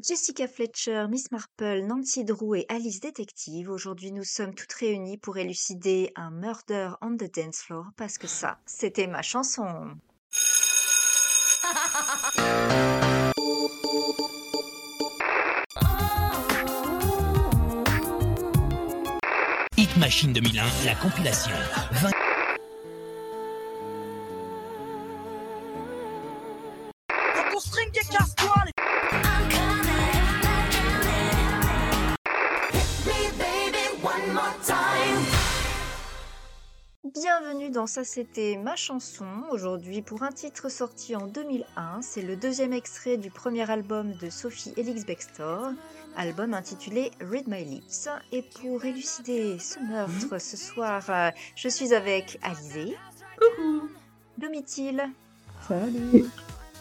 Jessica Fletcher, Miss Marple, Nancy Drew et Alice Détective. Aujourd'hui, nous sommes toutes réunies pour élucider un murder on the dance floor parce que ça, c'était ma chanson. Hit Machine 2001, la compilation. 20... Quand on string et casse-toi les Bienvenue dans Ça, c'était ma chanson. Aujourd'hui, pour un titre sorti en 2001, c'est le deuxième extrait du premier album de Sophie Elix Bextor, album intitulé Read My Lips. Et pour élucider ce meurtre ce soir, euh, je suis avec Alizé. Coucou. Domitil. Salut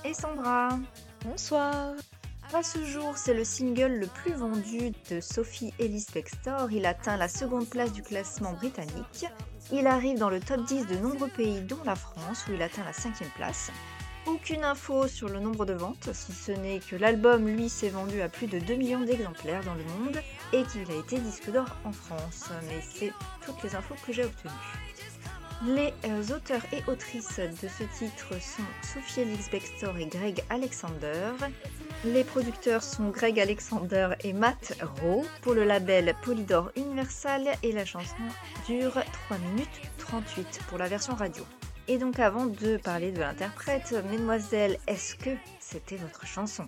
et Sandra. Bonsoir. À ce jour, c'est le single le plus vendu de Sophie Ellis Bextor. Il atteint la seconde place du classement britannique. Il arrive dans le top 10 de nombreux pays, dont la France, où il atteint la cinquième place. Aucune info sur le nombre de ventes, si ce n'est que l'album, lui, s'est vendu à plus de 2 millions d'exemplaires dans le monde et qu'il a été disque d'or en France. Mais c'est toutes les infos que j'ai obtenues. Les euh, auteurs et autrices de ce titre sont Sophie Elix Bextor et Greg Alexander. Les producteurs sont Greg Alexander et Matt Rowe pour le label Polydor Universal et la chanson dure 3 minutes 38 pour la version radio. Et donc avant de parler de l'interprète, mesdemoiselles, est-ce que c'était votre chanson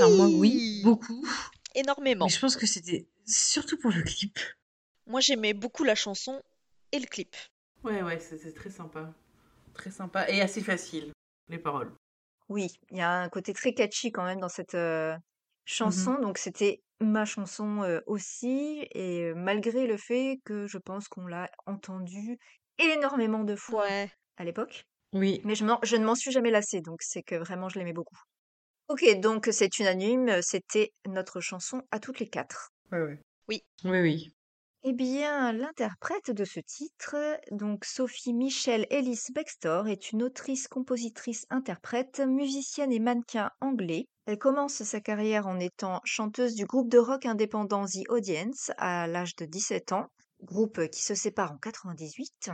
Alors moi, oui, beaucoup. Énormément. Mais je pense que c'était surtout pour le clip. Moi, j'aimais beaucoup la chanson et le clip. Ouais, ouais, c'était très sympa. Très sympa et assez facile, les paroles. Oui, il y a un côté très catchy quand même dans cette euh, chanson. Donc c'était ma chanson euh, aussi. Et euh, malgré le fait que je pense qu'on l'a entendue énormément de fois Ouais. à l'époque. Oui. Mais je, m'en- je ne m'en suis jamais lassée. Donc c'est que vraiment je l'aimais beaucoup. Ok, donc c'est unanime. euh, C'était notre chanson à toutes les quatre. Ouais, ouais. Oui. Oui, oui. Eh bien, l'interprète de ce titre, donc Sophie Michelle Ellis Bextor, est une autrice, compositrice, interprète, musicienne et mannequin anglais. Elle commence sa carrière en étant chanteuse du groupe de rock indépendant The Audience à l'âge de 17 ans, groupe qui se sépare en 98.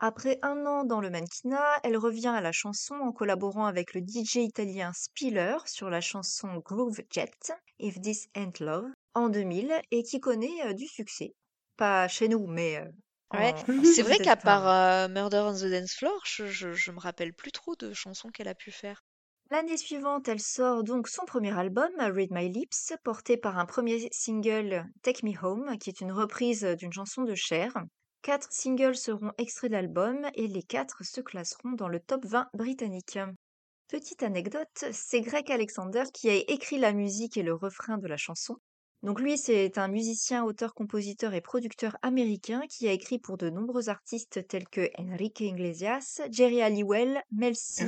Après un an dans le mannequinat, elle revient à la chanson en collaborant avec le DJ italien Spiller sur la chanson Groove Jet, If This Ain't Love, en 2000 et qui connaît euh, du succès pas chez nous, mais. euh, Ouais, en- C'est vrai peut-être hein. qu'à pas. part euh, Murder on the Dance Floor, je, je, je me rappelle plus trop de chansons qu'elle a pu faire. L'année suivante, elle sort donc son premier album, euh, Read My Lips, porté par un premier single, Take Me Home, qui est une reprise euh, d'une chanson de Cher. Quatre singles seront extraits de l'album et les quatre se classeront dans le top 20 britannique. Petite anecdote, c'est Greg Alexander qui a écrit la musique et le refrain de la chanson. Donc lui, c'est un musicien, auteur, compositeur et producteur américain qui a écrit pour de nombreux artistes tels que Enrique Iglesias, Jerry Halliwell, Mel C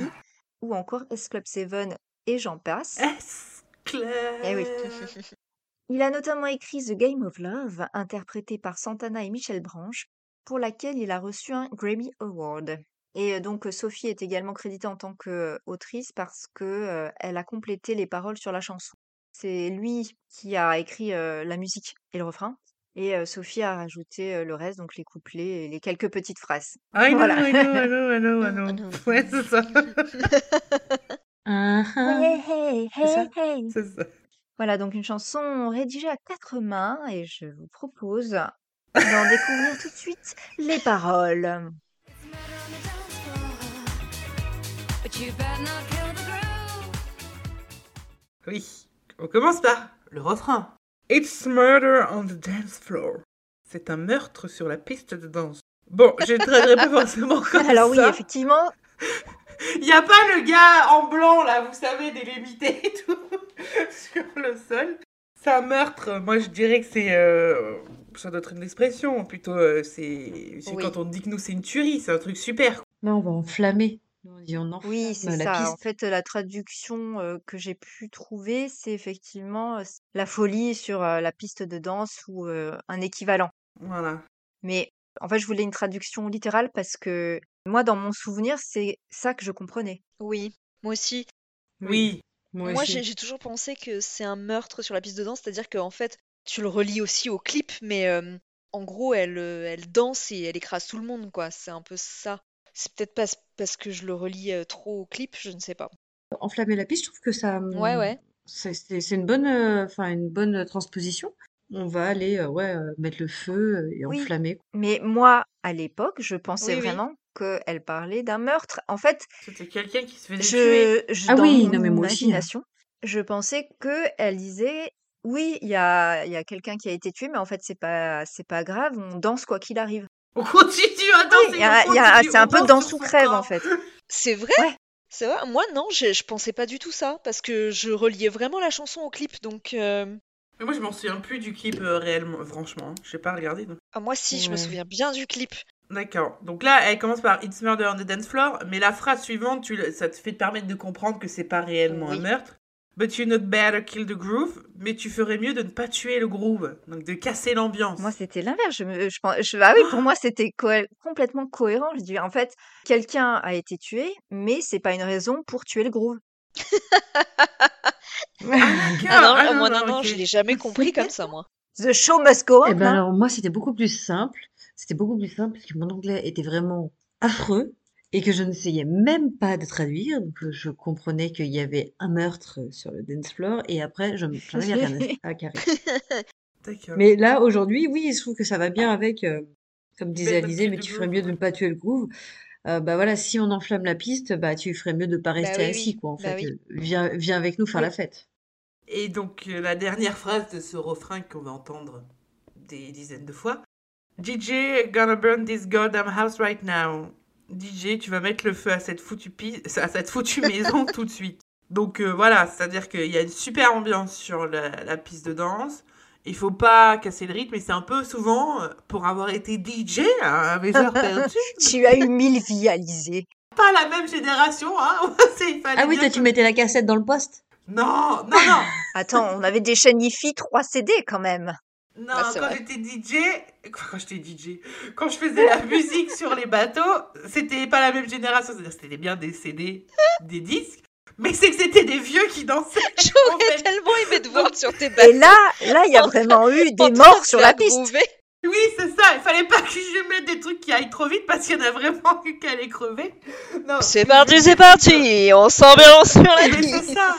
ou encore S Club 7 et j'en passe. Est-ce clair Eh oui. Il a notamment écrit The Game of Love, interprété par Santana et Michel Branch, pour laquelle il a reçu un Grammy Award. Et euh, donc euh, Sophie est également créditée en tant qu'autrice parce que euh, elle a complété les paroles sur la chanson. C'est lui qui a écrit euh, la musique et le refrain, et euh, Sophie a rajouté euh, le reste, donc les couplets et les quelques petites phrases. I know, Voilà. I know, I know, I know, I know. Mm, mm. Ouais, c'est ça. Ah, ah. C'est ça C'est ça. Voilà, donc une chanson rédigée à quatre mains et je vous propose d'en découvrir tout de suite les paroles. Oui. On commence par le refrain. It's murder on the dance floor. C'est un meurtre sur la piste de danse. Bon, je ne traduirai pas forcément comme Alors oui, ça. effectivement, Il n'y a pas le gars en blanc, là, vous savez, délimité et tout, sur le sol. C'est un meurtre. Moi, je dirais que c'est. euh, ça doit être une expression. Plutôt, euh, c'est c'est Oui. quand on dit que nous, c'est une tuerie. C'est un truc super. Là, on va enflammer. Nous, on dit on enflamme euh, oui, c'est la ça. En piste. fait, la traduction euh, que j'ai pu trouver, c'est effectivement euh, la folie sur euh, la piste de danse ou euh, un équivalent. Voilà. Mais en fait, je voulais une traduction littérale parce que moi, dans mon souvenir, c'est ça que je comprenais. oui, moi aussi. Oui. Moi, Moi, aussi. j'ai j'ai toujours pensé que c'est un meurtre sur la piste de danse, c'est-à-dire qu'en fait, tu le relis aussi au clip, mais euh, en gros, elle, euh, elle danse et elle écrase tout le monde, quoi. C'est un peu ça. C'est peut-être pas parce que je le relis euh, trop au clip, je ne sais pas. Enflammer la piste, je trouve que ça. hum, Ouais, ouais. C'est c'est- c'est une bonne, euh, enfin une bonne transposition. On va aller, euh, ouais, euh, mettre le feu euh, et Oui. enflammer. quoi. Mais moi, à l'époque, je pensais Oui, oui. vraiment qu'elle parlait d'un meurtre. En fait, C'était quelqu'un qui se faisait tuer. je, je- Ah dans oui, mon non, mais moi aussi, hein. imagination, je pensais que elle disait oui, il y a, il y a quelqu'un qui a été tué, mais en fait, c'est pas, c'est pas grave, on danse quoi qu'il arrive. On continue à danser. Il y a- on il y a- continue, c'est un on peu danse danse sur ou son crève, corps. en fait. C'est vrai? Ouais. C'est vrai? Moi, non, je, je pensais pas du tout ça, parce que je reliais vraiment la chanson au clip, donc. euh, Mais moi, je m'en souviens plus du clip euh, réellement, franchement. Je J'ai pas regardé. donc. Ah, moi, si, je me Ouais. souviens bien du clip. D'accord. Donc là, elle commence par It's murder on the dance floor, mais la phrase suivante, tu, le- ça te fait te permettre de comprendre que c'est pas réellement un Oui. meurtre. But you not better kill the groove, mais tu ferais mieux de ne pas tuer le groove, donc de casser l'ambiance. Moi, c'était l'inverse. Je me, je, pense- je- ah oui, pour moi, c'était cohé- complètement cohérent. Je dis, en fait, quelqu'un a été tué, mais c'est pas une raison pour tuer le groove. D'accord. Ah non, Ah ah, moi, non, non, non, ok. je l'ai jamais compris comme ça, moi. The show must go on. Eh ben hein. alors moi c'était beaucoup plus simple. C'était beaucoup plus simple parce que mon anglais était vraiment affreux et que je n'essayais même pas de traduire. Donc euh, je comprenais qu'il y avait un meurtre sur le dance floor et après je me plaignais à rien à carré. D'accord. Mais là aujourd'hui oui je trouve que ça va bien avec euh, comme disait pas Alizé tuer mais le tu ferais groove. mieux de ne pas tuer le groove. Euh, bah voilà si on enflamme la piste bah tu ferais mieux de pas rester oui, oui. assis quoi en Bah fait. oui. Euh, Viens viens avec nous faire Oui. la fête. Et donc, euh, la dernière phrase de ce refrain qu'on va entendre des dizaines de fois. DJ, gonna burn this goddamn house right now. DJ, tu vas mettre le feu à cette foutue, pi- à cette foutue maison tout de suite. Donc euh, voilà, c'est-à-dire qu'il y a une super ambiance sur la, la piste de danse. Il faut pas casser le rythme, et c'est un peu souvent, euh, pour avoir été DJ à mes heures perdues, Tu as eu mille vies, Alizée. pas la même génération, hein. C'est- il fallait Ah oui bien toi que- tu mettais la cassette dans le poste. Non, non, non. Attends, on avait des chaînes IFI 3 CD quand même. Non, Ah, c'est quand vrai. j'étais DJ, quand j'étais DJ, quand je faisais la musique sur les bateaux, c'était pas la même génération. C'est-à-dire, c'était bien des CD, des disques, mais c'est que c'était des vieux qui dansaient. en J'aurais fait. tellement aimé te voir sur tes Et bateaux là, là, il y a vraiment eu des morts sur la piste. groover. Oui, c'est ça. Il fallait pas que je mette des trucs qui aillent trop vite parce qu'il y en a vraiment eu qui allaient crever. Non. C'est parti, c'est parti, on s'ambiance sur la Mais piste. c'est ça.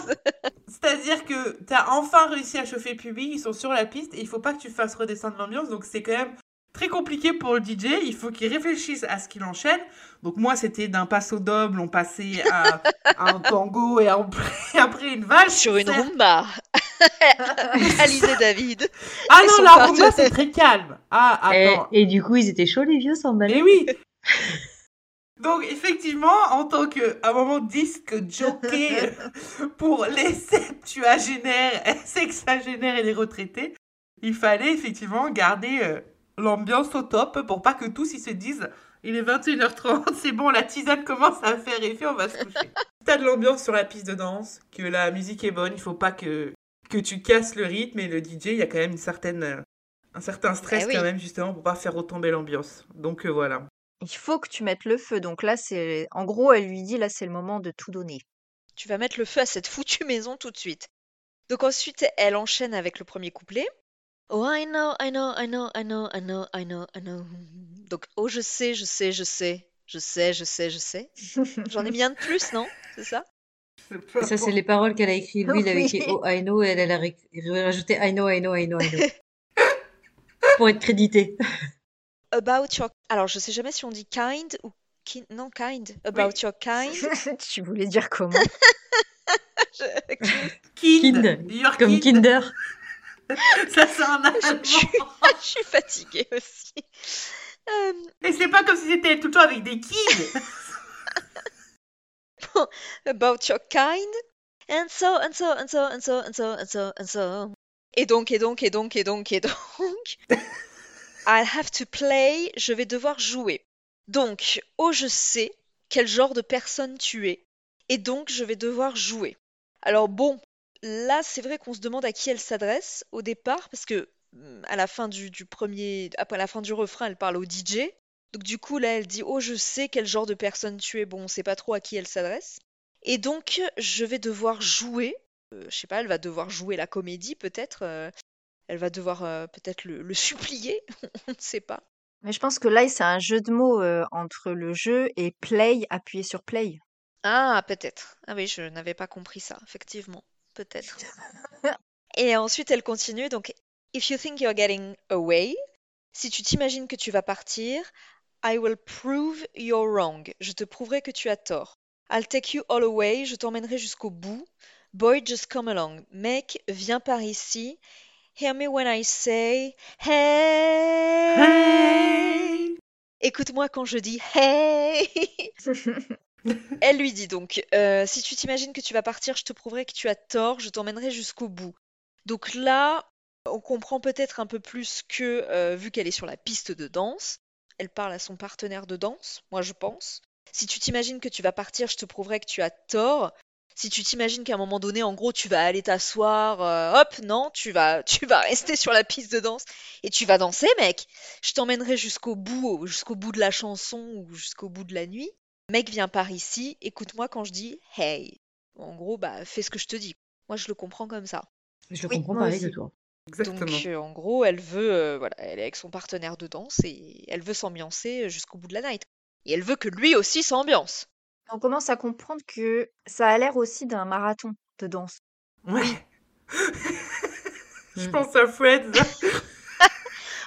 C'est-à-dire que t'as enfin réussi à chauffer le public, ils sont sur la piste et il faut pas que tu fasses redescendre l'ambiance, donc c'est quand même très compliqué pour le DJ. Il faut qu'il réfléchisse à ce qu'il enchaîne. Donc moi, c'était d'un passo doble, on passait à, à un tango et en- et après une valse. Sur une C'est- rumba. Alizé David. Ah Ils non, sont la pas- rumba c'est très calme. Ah Et, attends. Eh, et du coup ils étaient chauds les vieux sans balai. Mais oui. Donc effectivement, en tant que à un moment disque jockey euh, pour les septuagénaires, sexagénaires et les retraités, il fallait effectivement garder euh, l'ambiance au top pour pas que tous ils se disent il est 21h30, c'est bon, la tisane commence à faire effet, on va se coucher. T'as de l'ambiance sur la piste de danse, que la musique est bonne, il faut pas que que tu casses le rythme et le DJ, il y a quand même une certaine euh, un certain stress Eh oui. quand même justement pour pas faire retomber l'ambiance. Donc euh, voilà. Il faut que tu mettes le feu. Donc là, c'est, en gros, elle lui dit, là, c'est le moment de tout donner. Tu vas mettre le feu à cette foutue maison tout de suite. Donc ensuite, elle enchaîne avec le premier couplet. Oh, I know, I know, I know, I know, I know, I know, I know. Donc, oh, je sais, je sais, je sais, je sais, je sais, je sais. J'en ai bien de plus, non C'est ça Et Ça, c'est les paroles qu'elle a écrites. Lui, il avait Oui. écrit Oh, I know, et elle, elle a ré- rajouté I know, I know, I know, I know. Pour être crédité. About your... Alors, je sais jamais si on dit kind ou... kin- Non, kind. About your kind. tu voulais dire comment Je- Kind, Kind, Your Comme kind. Kinder. Ça, c'est un je, suis- allemand. je suis fatiguée aussi. Euh, Et c'est pas comme si c'était tout le temps avec des kids. about your kind. And so, and so, and so, and so, and so, and so, and so. Et donc, et donc, et donc, et donc, et donc. I'll have to play. Je vais devoir jouer. Donc, oh, je sais quel genre de personne tu es. Et donc, je vais devoir jouer. Alors, bon, là, c'est vrai qu'on se demande à qui elle s'adresse au départ, parce que hum, à la fin du, du premier, après la fin du refrain, elle parle au DJ. Donc, du coup, là, elle dit, oh, je sais quel genre de personne tu es. Bon, on sait pas trop à qui elle s'adresse. Et donc, je vais devoir jouer. euh, je sais pas, elle va devoir jouer la comédie peut-être. euh, elle va devoir euh, peut-être le, le supplier, on ne sait pas. Mais je pense que là, c'est un jeu de mots euh, entre le jeu et play, appuyer sur play. Ah, peut-être. Ah oui, je n'avais pas compris ça, effectivement. Peut-être. Et ensuite, elle continue, donc, If you think you're getting away, si tu t'imagines que tu vas partir, I will prove you're wrong. Je te prouverai que tu as tort. I'll take you all away, je t'emmènerai jusqu'au bout. Boy, just come along. Mec, viens par ici. Hear me when I say, hey! Écoute-moi quand je dis, hey! Elle lui dit donc euh, Si tu t'imagines que tu vas partir, je te prouverai que tu as tort, je t'emmènerai jusqu'au bout. Donc là, on comprend peut-être un peu plus que, euh, vu qu'elle est sur la piste de danse, elle parle à son partenaire de danse, moi je pense. Si tu t'imagines que tu vas partir, je te prouverai que tu as tort. Si tu t'imagines qu'à un moment donné, en gros, tu vas aller t'asseoir, euh, hop, non, tu vas, tu vas rester sur la piste de danse et tu vas danser, mec. Je t'emmènerai jusqu'au bout, jusqu'au bout de la chanson ou jusqu'au bout de la nuit. Mec, viens par ici, écoute-moi quand je dis hey. En gros, bah, fais ce que je te dis. Moi, je le comprends comme ça. Je le Oui, comprends moi pareil que aussi. toi. Exactement. Donc, euh, en gros, elle veut, euh, voilà, elle est avec son partenaire de danse et elle veut s'ambiancer euh, jusqu'au bout de la night. Et elle veut que lui aussi s'ambiance. On commence à comprendre que ça a l'air aussi d'un marathon de danse. Ouais. je Mm. pense à Fred. là.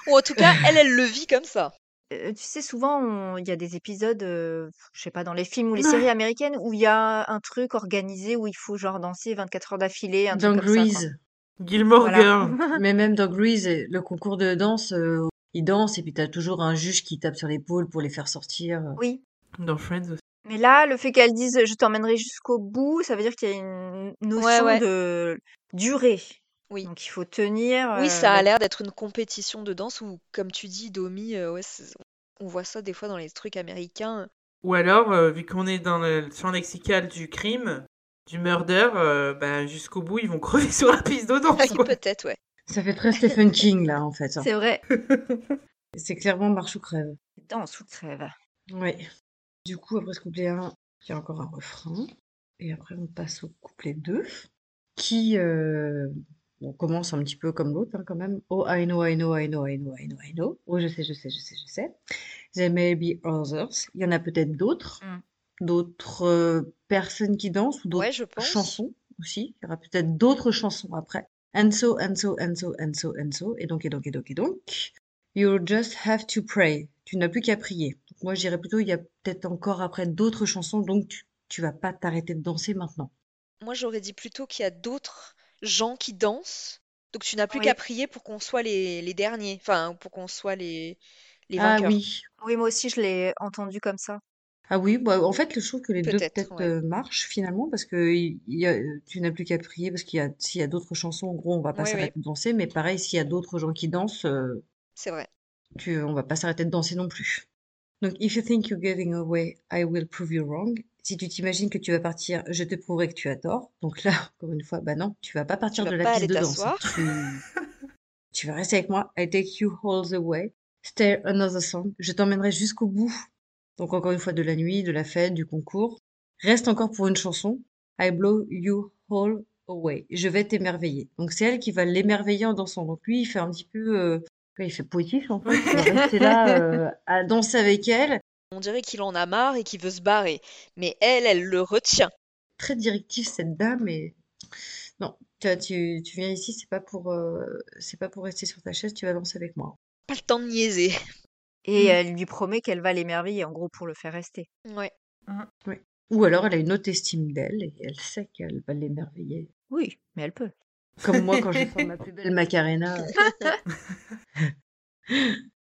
Ou en tout cas, elle, elle le vit comme ça. Euh, tu sais, souvent, on- il y a des épisodes, euh, je sais pas, dans les films ou les Ouais. séries américaines, où il y a un truc organisé où il faut genre danser 24 heures d'affilée, un Dans truc comme ça, quoi. Grease, Gilmore Voilà. Girl. mais même dans Grease, le concours de danse, euh, ils dansent et puis t'as toujours un juge qui tape sur l'épaule pour les faire sortir. Oui. Dans Friends aussi. Mais là, le fait qu'elle dise je t'emmènerai jusqu'au bout, ça veut dire qu'il y a une notion ouais. de durée. Oui. Donc il faut tenir. Oui, euh, ça a la- l'air d'être une compétition de danse où, comme tu dis, Domi, euh, ouais, c'est- on voit ça des fois dans les trucs américains. Ou alors, euh, vu qu'on est dans le champ lexical du crime, du murder, euh, bah, jusqu'au bout, ils vont crever sur la piste de danse. quoi. Peut-être, ouais. Ça fait très Stephen King là en fait. hein. C'est vrai. C'est clairement marche ou crève. Danse ou crève. Ouais. Du coup, après ce couplet 1, il y a encore un refrain. Et après, on passe au couplet 2, qui euh, on commence un petit peu comme l'autre, hein, quand même. Oh, I know, I know, I know, I know, I know, I know. Oh, je sais, je sais, je sais, je sais. There may be others. Il y en a peut-être d'autres. D'autres euh, personnes qui dansent ou d'autres Ouais, je pense. chansons aussi. Il y aura peut-être d'autres chansons après. And so, and so, and so, and so, and so. Et donc, et donc, et donc, et donc. You just have to pray. Tu n'as plus qu'à prier. Donc moi, je dirais plutôt, il y a peut-être encore après d'autres chansons, donc tu, tu vas pas t'arrêter de danser maintenant. Moi, j'aurais dit plutôt qu'il y a d'autres gens qui dansent. Donc, tu n'as plus Oui. qu'à prier pour qu'on soit les, les derniers. Enfin, pour qu'on soit les, les Ah vainqueurs. oui. Oui, moi aussi, je l'ai entendu comme ça. Ah oui, bah, en fait, je trouve que les deux Peut-être, peut-être ouais. euh, marchent finalement, parce que il y a- euh, tu n'as plus qu'à prier, parce qu'il y a, s'il y a d'autres chansons, en gros, on va pas Oui, oui. s'arrêter de danser, mais pareil, s'il y a d'autres gens qui dansent, euh, C'est vrai. tu, on va pas s'arrêter de danser non plus. Donc, if you think you're getting away, I will prove you wrong. Si tu t'imagines que tu vas partir, je te prouverai que tu as tort. Donc là, encore une fois, bah non, tu vas pas partir vas de la pas piste aller de danse. hein. Tu, tu vas rester avec moi. I take you all the way. Stay another song. Je t'emmènerai jusqu'au bout. Donc encore une fois, de la nuit, de la fête, du concours. Reste encore pour une chanson. I blow you all away. Je vais t'émerveiller. Donc c'est elle qui va l'émerveiller en dansant. Donc lui, il fait un petit peu... euh, il fait poétique en fait. Il va rester là euh, à danser avec elle. On dirait qu'il en a marre et qu'il veut se barrer. Mais elle, elle le retient. Très directive cette dame et... Non, tu, vois, tu, tu viens ici, c'est pas pour euh, c'est pas pour rester sur ta chaise, tu vas danser avec moi. Pas le temps de niaiser. Et Mmh. Mm. elle lui promet qu'elle va l'émerveiller, en gros, pour le faire rester. Ouais. Ou alors elle a une haute estime d'elle et elle sait qu'elle va l'émerveiller. Oui, mais elle peut. Comme moi quand je vais faire ma plus belle Macarena.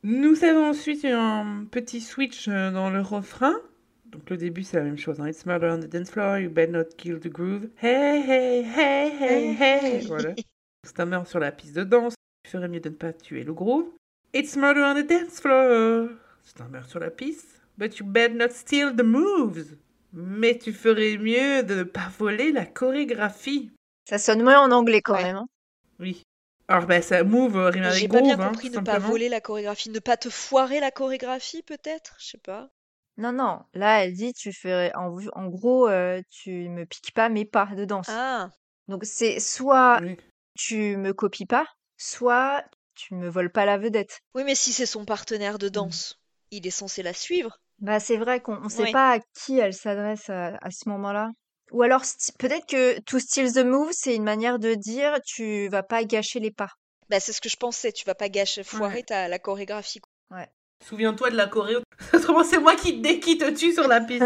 Nous avons ensuite un petit switch euh, dans le refrain. Donc le début, c'est la même chose. hein. It's murder on the dance floor, you better not kill the groove. Hey, hey, hey, hey, hey. Voilà. C'est un meurtre sur la piste de danse. Tu ferais mieux de ne pas tuer le groove. It's murder on the dance floor. C'est un meurtre sur la piste. But you better not steal the moves. Mais tu ferais mieux de ne pas voler la chorégraphie. Ça sonne moins en anglais quand Ouais. même. hein. Oui. Alors, ben, ça move euh, rime J'ai avec pas groove. bien hein, compris tout ne pas simplement. voler la chorégraphie, ne pas te foirer la chorégraphie, peut-être? Je sais pas. Non, non. Là, elle dit tu ferais. En, en gros, euh, tu me piques pas mes pas de danse. Ah, Donc c'est soit Oui. tu me copies pas, soit tu me voles pas la vedette. Oui, mais si c'est son partenaire Mm. de danse, il est censé la suivre. Bah c'est vrai qu'on ne sait Ouais. pas à qui elle s'adresse à, à ce moment-là. Ou alors sti- peut-être que to steal the move, c'est une manière de dire tu vas pas gâcher les pas. Bah, c'est ce que je pensais, tu vas pas gâcher, foirer ta, la chorégraphie. quoi. Souviens-toi de la choré. Autrement, c'est moi qui, te- qui te tue sur la piste.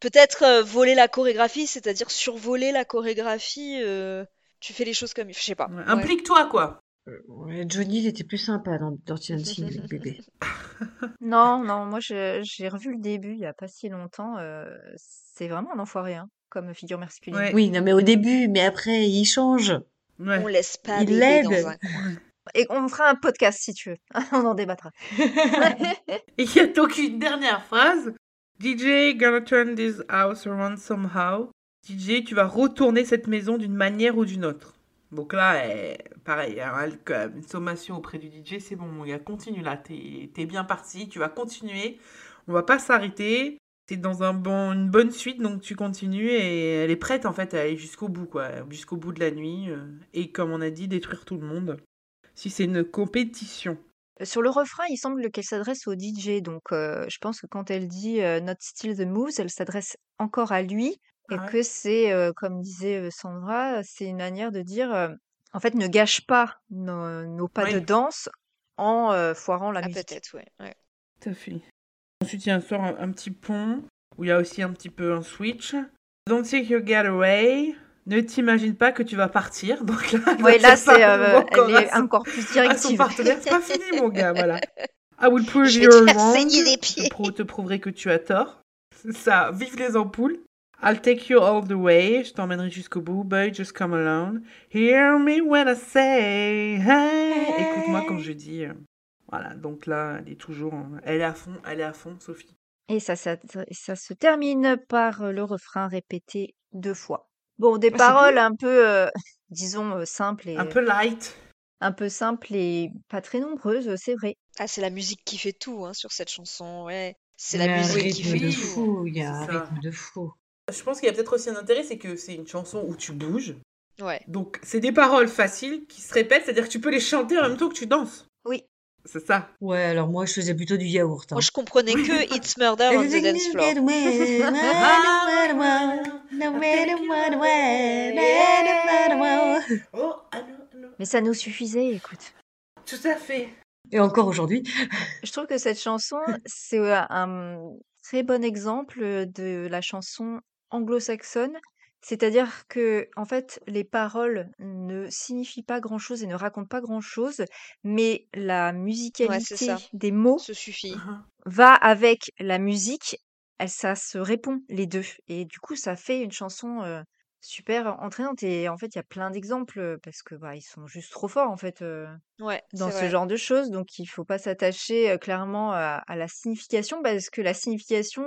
Peut-être euh, voler la chorégraphie, c'est-à-dire survoler la chorégraphie, euh, tu fais les choses comme... Je sais pas. Ouais, Implique-toi, quoi. euh, Ouais, Johnny, il était plus sympa dans Dirty Dancing, le bébé. Non, non, moi je- j'ai revu le début il y a pas si longtemps. euh, c'est vraiment un enfoiré hein, comme figure masculine. Ouais. Oui, non, mais au début, mais après, il change. On laisse pas Il bébé dans l'aide. un... Et on fera un podcast si tu veux. on en débattra. Et il y a donc une dernière phrase. DJ, gonna turn this house around somehow. DJ, tu vas retourner cette maison d'une manière ou d'une autre. Donc là, eh, pareil, hein, elle- quand même, une sommation auprès du DJ, c'est bon, mon gars, continue là, t'es t'es bien parti, tu vas continuer, on va pas s'arrêter, t'es dans un bon, une bonne suite, donc tu continues, et elle est prête en fait à aller jusqu'au bout, quoi, jusqu'au bout de la nuit, euh, et comme on a dit, détruire tout le monde, si c'est une compétition. Sur le refrain, il semble qu'elle s'adresse au DJ, donc euh, je pense que quand elle dit euh, Not Still the Moves, elle s'adresse encore à lui, et Ouais. que c'est, euh, comme disait euh, Sandra, euh, c'est une manière de dire, euh, en fait, ne gâche pas nos, nos pas de Oui. danse en euh, foirant la Ah, musique. peut-être, ouais. ouais. Tout à fait. Ensuite, il y a un soir un, un petit pont où il y a aussi un petit peu un switch. Don't think you get away. Ne t'imagine pas que tu vas partir. Donc là, Oui, là, pas c'est, euh, encore elle est à son- encore plus à Ah, son directive. partenaire. C'est pas fini, mon gars. Voilà. I will prove Je vais you're te faire wrong. saigner des Je pieds. pro- te prouverai que tu as tort. C'est Ça, vive les ampoules. I'll take you all the way. Je t'emmènerai jusqu'au bout. Boy, just come along. Hear me when I say hey. Écoute-moi quand je dis. euh, Voilà, donc là, elle est toujours. en- Elle est à fond, elle est à fond, Sophie. Et ça, ça, ça se termine par le refrain répété deux fois. Bon, des Ah, c'est paroles un peu, euh, disons, euh, simples et Un peu light. un peu simples et pas très nombreuses, c'est vrai. Ah, c'est la musique qui fait tout hein, sur cette chanson, ouais. C'est Il y la a un musique qui rythme fait de tout. fou, il y a un C'est ça. rythme de fou. Je pense qu'il y a peut-être aussi un intérêt, c'est que c'est une chanson où tu bouges. Ouais. Donc, c'est des paroles faciles qui se répètent, c'est-à-dire que tu peux les chanter en même temps que tu danses. Oui. C'est ça. Ouais, alors moi, je faisais plutôt du yaourt. hein. Moi, je comprenais que It's Murder on the Everything Dance you Floor. get away, no matter what, no matter what, what, no matter what. Oh, ah non, ah non. Mais ça nous suffisait, écoute. Tout à fait. Et encore aujourd'hui, Je trouve que cette chanson, c'est euh, un très bon exemple de la chanson anglo-saxonne. C'est-à-dire que, en fait, les paroles ne signifient pas grand-chose et ne racontent pas grand-chose, mais la musicalité ça. des mots Ce suffit. Uh-huh. va avec la musique. elle- ça se répond, les deux. Et du coup, ça fait une chanson euh, super entraînante. Et en fait, il y a plein d'exemples parce que bah, ils sont juste trop forts, en fait. euh, Ouais, dans c'est ce vrai. genre de choses. Donc, il faut pas s'attacher euh, clairement à, à la signification parce que la signification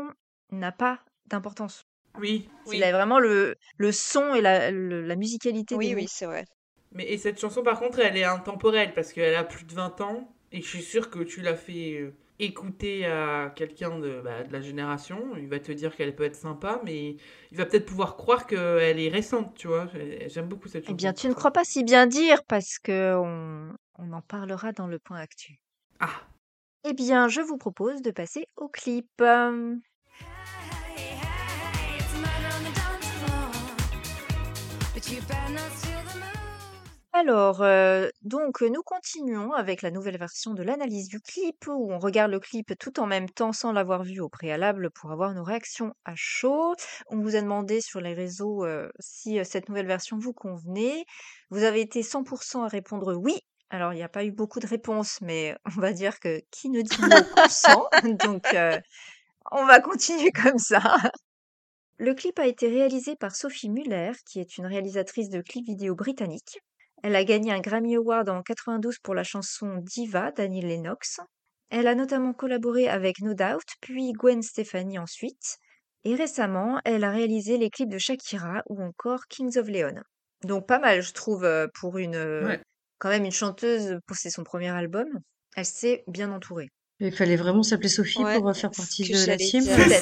n'a pas d'importance. Oui. Il a vraiment le, le son et la, le- la musicalité Oui, des oui, mots. c'est vrai. Mais et cette chanson, par contre, elle est intemporelle parce qu'elle a plus de 20 ans et je suis sûre que tu l'as fait euh, écouter à quelqu'un de, bah, de la génération. Il va te dire qu'elle peut être sympa, mais il va peut-être pouvoir croire qu'elle est récente, tu vois. J'ai- J'aime beaucoup cette chanson. Eh bien, tu ne crois pas si bien dire parce que on, on en parlera dans le point actu. Ah, Eh bien, je vous propose de passer au clip. Euh, Alors, euh, donc, nous continuons avec la nouvelle version de l'analyse du clip, où on regarde le clip tout en même temps sans l'avoir vu au préalable pour avoir nos réactions à chaud. On vous a demandé sur les réseaux euh, si euh, cette nouvelle version vous convenait. Vous avez été 100% à répondre oui. Alors, il n'y a pas eu beaucoup de réponses, mais on va dire que qui ne dit non consent. Donc, euh, on va continuer comme ça. Le clip a été réalisé par Sophie Muller, qui est une réalisatrice de clips vidéo britannique. Elle a gagné un Grammy Award en 92 pour la chanson Diva d'Annie Lennox. Elle a notamment collaboré avec No Doubt, puis Gwen Stefani ensuite. Et récemment, elle a réalisé les clips de Shakira ou encore Kings of Leon. Donc pas mal, je trouve, euh, pour une euh, Ouais. quand même une chanteuse pour c'est son premier album. Elle s'est bien entourée. il fallait vraiment s'appeler Sophie Ouais, pour euh, faire c'est ce partie que de la j'allais team. dire. Peut-être.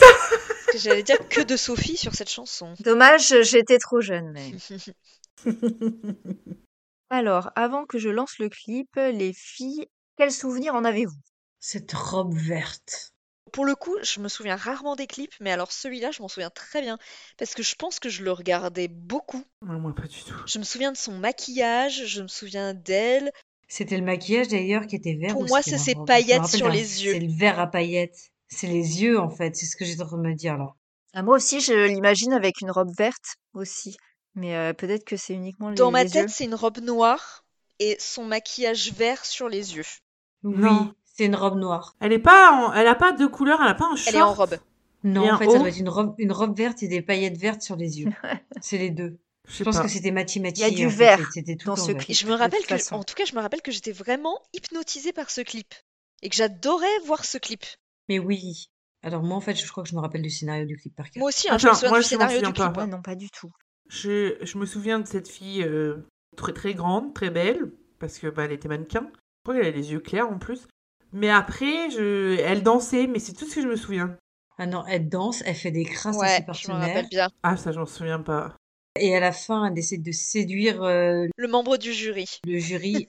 Parce que J'allais dire que de Sophie sur cette chanson. Dommage, j'étais trop jeune, mais Alors, avant que je lance le clip, les filles, quels souvenirs en avez-vous Cette robe verte. Pour le coup, je me souviens rarement des clips, mais alors celui-là, je m'en souviens très bien, parce que je pense que je le regardais beaucoup. Ouais, moi, pas du tout. Je me souviens de son maquillage, je me souviens d'elle. C'était le maquillage d'ailleurs qui était vert. Pour ou moi, c'est c'était la ses robe paillettes Je me rappelle sur d'un- les yeux. C'est le vert à paillettes. C'est les yeux en fait, c'est ce que j'étais en train de me dire là. Ah, moi aussi, je l'imagine avec une robe verte aussi. Mais euh, peut-être que c'est uniquement les, Dans ma les tête, yeux. c'est une robe noire et son maquillage vert sur les yeux. Non. Oui, c'est une robe noire. Elle est pas, en- elle a pas de couleur, elle a pas un short. Elle est en robe. Non, Et un en fait, ça haut doit être une robe, une robe verte et des paillettes vertes sur les yeux. c'est les deux. Je Je sais pense pas. que c'était Mati Mati. Il y a du en fait, vert c'était tout dans en ce vert. Et clip. je me de toute rappelle que, façon. en tout cas, je me rappelle que j'étais vraiment hypnotisée par ce clip et que j'adorais voir ce clip. Mais oui. Alors moi en fait, je crois que je me rappelle du scénario du clip par cœur. Moi aussi, hein, je me Attends, souviens moi, du je m'en scénario souviens du clip. pas. hein. Ouais, non, pas du tout. Je, je me souviens de cette fille euh, très très grande, très belle, parce que bah, elle était mannequin. Je crois qu'elle avait les yeux clairs en plus. Mais après, je... elle dansait, mais c'est tout ce que je me souviens. Ah non, elle danse, elle fait des crasses à ses Ouais, je me partenaires. rappelle bien. Ah, ça, j'en souviens pas. Et à la fin, elle essaie de séduire euh, Le membre du jury. le jury.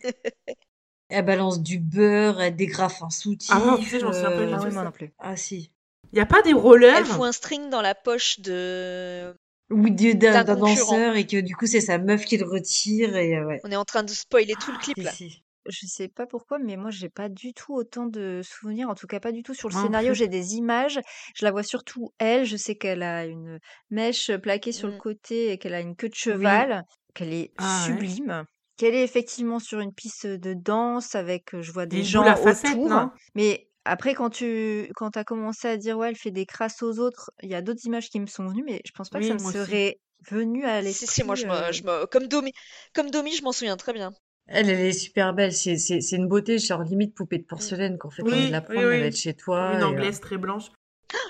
elle balance du beurre, elle dégrafe un soutif. Ah, tu sais, j'en souviens pas du Ah tout. oui, ça. moi non plus. Ah si. Y a pas des rollers Elle fout un string dans la poche de. Oui, du- d'un D'un d'un concurrent. danseur et que du coup c'est sa meuf qui le retire et euh, ouais. On est en train de spoiler tout le Ah, clip Si, là. si. Je sais pas pourquoi, mais moi j'ai pas du tout autant de souvenirs, en tout cas pas du tout sur le Moi non scénario. plus. J'ai des images, je la vois surtout elle. Je sais qu'elle a une mèche euh, plaquée sur le Mm. côté et qu'elle a une queue de cheval, qu'elle est Mmh. Ah ouais. sublime, qu'elle est effectivement sur une piste de danse avec, euh, je vois des, Des gens boules à facettes, autour. non mais après, quand tu quand as commencé à dire ouais, elle fait des crasses aux autres, il y a d'autres images qui me sont venues, mais je pense pas Oui, que ça moi me aussi. serait venu à Si, l'esprit. si, moi je me. euh, je me- Comme, Domi... Comme Domi, je m'en souviens très bien. Elle, elle est super belle, c'est c'est- c'est une beauté, genre limite poupée Mm. de porcelaine qu'en fait Oui, on de la oui, prendre, oui. elle va être chez toi. et, Une euh, anglaise très blanche.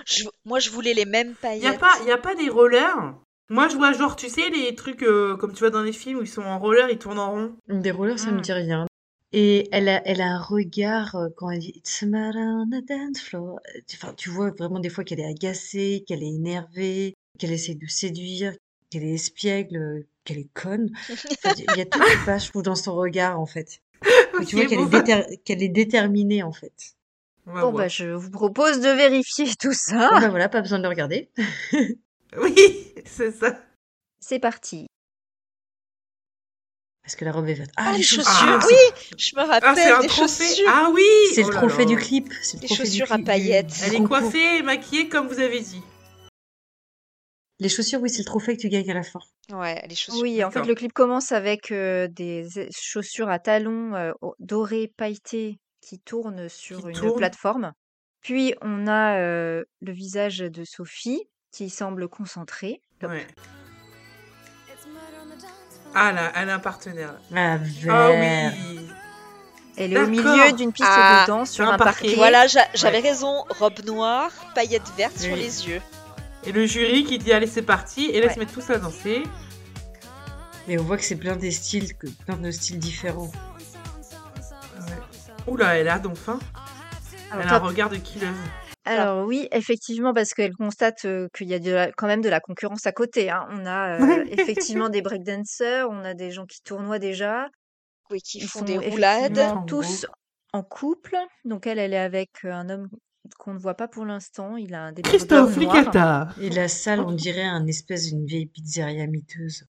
Je- Moi je voulais les mêmes Y a paillettes. pas, y a pas des rollers Moi, je vois genre, tu sais, les trucs euh, comme tu vois dans les films où ils sont en roller, ils tournent en rond. Des rollers, ça Hmm. Ah. me dit rien. Et elle a, elle a un regard euh, quand elle dit It's a matter on the dance floor. Euh, tu- Enfin, tu vois vraiment des fois qu'elle est agacée, qu'elle est énervée, qu'elle essaie de séduire, qu'elle est espiègle, euh, qu'elle est conne. Enfin, tu- il y a tout qui passe, je trouve, dans son regard, en fait. Et tu vois Ok, qu'elle bon, est, bah, déter- qu'elle est déterminée, en fait. on va Bon voir. bah je vous propose de vérifier tout ça. Ah. Bon, ben voilà, pas besoin de le regarder. Oui, c'est ça. C'est parti. Parce que la robe est verte. Ah, Ah, les chaussures Ah, c'est- oui, je me Ah, c'est rappelle un des trophée. chaussures. Ah oui C'est Oh le là trophée là. du clip. C'est le Les trophée du chaussures à clip du- paillettes. du Elle est concours. coiffée et maquillée comme vous avez dit. Les chaussures, oui, c'est le trophée que tu gagnes à la fin. Ouais, les chaussures. Oui, en fait D'accord. le clip commence avec euh, des é- chaussures à talons euh, au- dorés pailletés qui tournent sur Qui une tournent. plateforme. Puis on a euh, le visage de Sophie qui semble concentrée. Hop. Ouais. Ah là, elle a un partenaire. là. Ah, Ah vert. oui Elle est au milieu D'accord. d'une piste Ah, de danse sur un un parquet. parquet. Voilà, j'a- j'avais raison. Robe noire, paillettes vertes sur Oui. les yeux. Et le jury qui dit allez c'est parti et là ils se Ouais. mettent tous à danser. Mais on voit que c'est plein des styles, que- plein de styles différents. Ouais. Oula, elle a donc faim. Alors, elle a un top. regard de killer. Alors oui, effectivement, parce qu'elle constate euh, qu'il y a de la- quand même de la concurrence à côté. hein. On a euh, effectivement des breakdancers, on a des gens qui tournoient déjà. Oui, qui Ils font sont des roulades. effectivement En tous en couple. Donc elle, elle est avec euh, un homme qu'on ne voit pas pour l'instant. Il a un début Christophe Licata Et la salle, on dirait un espèce d'une vieille pizzeria miteuse.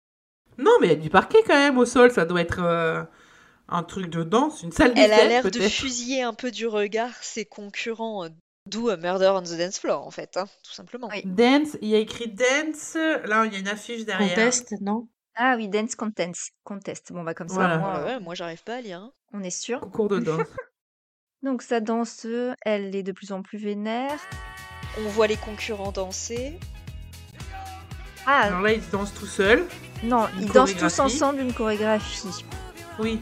Non mais il y a du parquet quand même au sol, ça doit être euh, un truc de danse, une salle de Elle a fête, l'air de peut-être. fusiller un peu du regard ses concurrents, euh, d'où euh, Murder on the Dance Floor en fait, hein, tout simplement. Oui. Dance, il y a écrit dance, là il y a une affiche derrière. Contest, non Ah oui, Dance Contest. Contest. Bon, bah comme ça, Voilà. au Ah Ouais, moins, ouais, moi j'arrive pas à lire. hein. on est sûr. Concours de danse. Donc sa danse, euh, elle est de plus en plus vénère. On voit les concurrents danser. Ah Alors là ils dansent tout seuls. non, une ils dansent tous chorégraphie. ensemble une chorégraphie. Oui.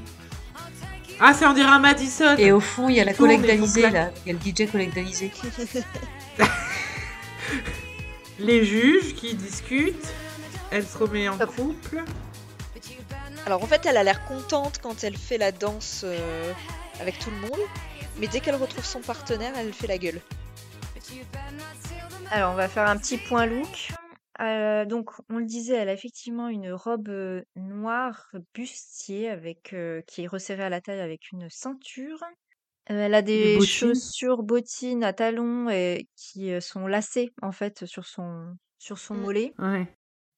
Ah c'est on dirait un Madison. Et oh. au fond, il y a la Tout, mais collecte ils d'Alizée, font plein. là. Il y a le DJ collecte d'Alizée. Les juges qui discutent. Elle se remet en Top. couple. Alors en fait, elle a l'air contente quand elle fait la danse euh, avec tout le monde, mais dès qu'elle retrouve son partenaire, elle fait la gueule. Alors on va faire un petit point look. Euh, donc, on le disait, elle a effectivement une robe euh, noire bustier avec, euh, qui est resserrée à la taille avec une ceinture. Euh, elle a des bottines. chaussures, bottines à talons et, qui euh, sont lacées en fait sur son, sur son Mmh. Mm. mollet. Ouais.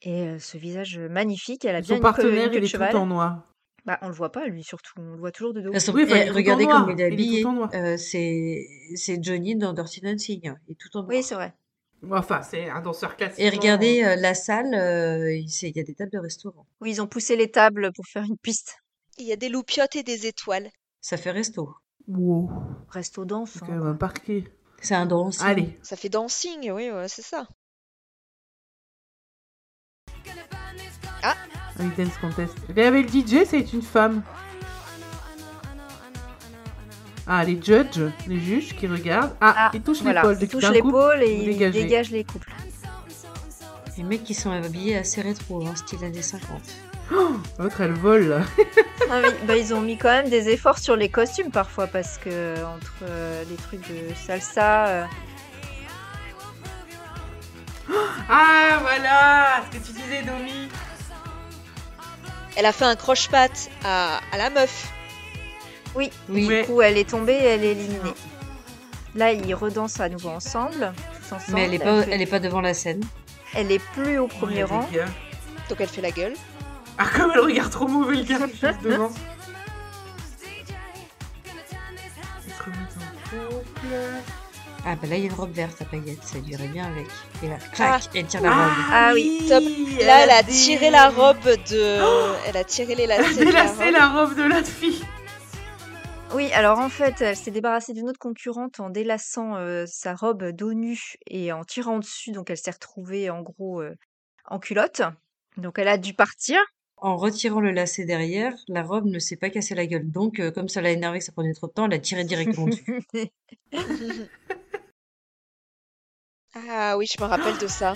Et euh, ce visage magnifique, elle a bien Son une queue, une partenaire, queue il de est tout cheval. en noir. Bah, on le voit pas, lui surtout, on le voit toujours de dos. De toute façon, Oui, enfin, eh, il est tout en regardez noir, comme il est il est tout habillé. en noir. Euh, c'est c'est Johnny dans Dirty Dancing. hein, Il est tout en noir. Oui, c'est vrai. Enfin, c'est un danseur classique. Et regardez euh, la salle, euh, il c'est- il y a des tables de restaurant. Oui, ils ont poussé les tables pour faire une piste. Il y a des loupiottes et des étoiles. Ça fait resto. Wow. Resto danse. C'est hein, quand même quoi. un parquet. C'est un danse. Allez. Ça fait dancing, oui, ouais, c'est ça. Un dance contest. Regardez le DJ, c'est une femme. Ah, les judges, les juges qui regardent. Ah, Ah, ils touchent Voilà, l'épaule. il dès qu'il y touche a un couple, l'épaule et vous il dégagez. dégage les couples. Les mecs qui sont habillés assez rétro, hein, style années 50. L'autre, elle vole. là. Ah oui, bah, ils ont mis quand même des efforts sur les costumes parfois parce que entre euh, les trucs de salsa, euh, Ah, voilà Ce que tu disais, Domi. Elle a fait un croche-patte à, à la meuf. oui, Oui. du Mais- coup elle est tombée, et elle est éliminée. Là ils redansent à nouveau ensemble, tous ensemble. Mais elle est pas, fait- elle est pas devant la scène. elle est plus au premier Oh, les rang. gars. Donc elle fait la gueule. Ah, comme elle regarde trop mauvais le gars, juste devant. Être mis en couple. Ah bah là, il y a une robe verte à paillettes, ça lui irait bien avec. Et là, clac, elle tire la robe. Ah oui, top. oui, Là, elle a des- tiré la robe de. elle a tiré les Elle a lacets. de la délacé robe. la robe de l'autre fille. Oui, alors en fait, elle s'est débarrassée d'une autre concurrente en délaçant euh, sa robe dos nu et en tirant dessus, donc elle s'est retrouvée en gros euh, en culotte. Donc elle a dû partir. En retirant le lacet derrière, la robe ne s'est pas cassée la gueule. Donc, euh, comme ça l'a énervé que ça prenait trop de temps, elle a tiré directement dessus. Ah oui, je me rappelle de ça.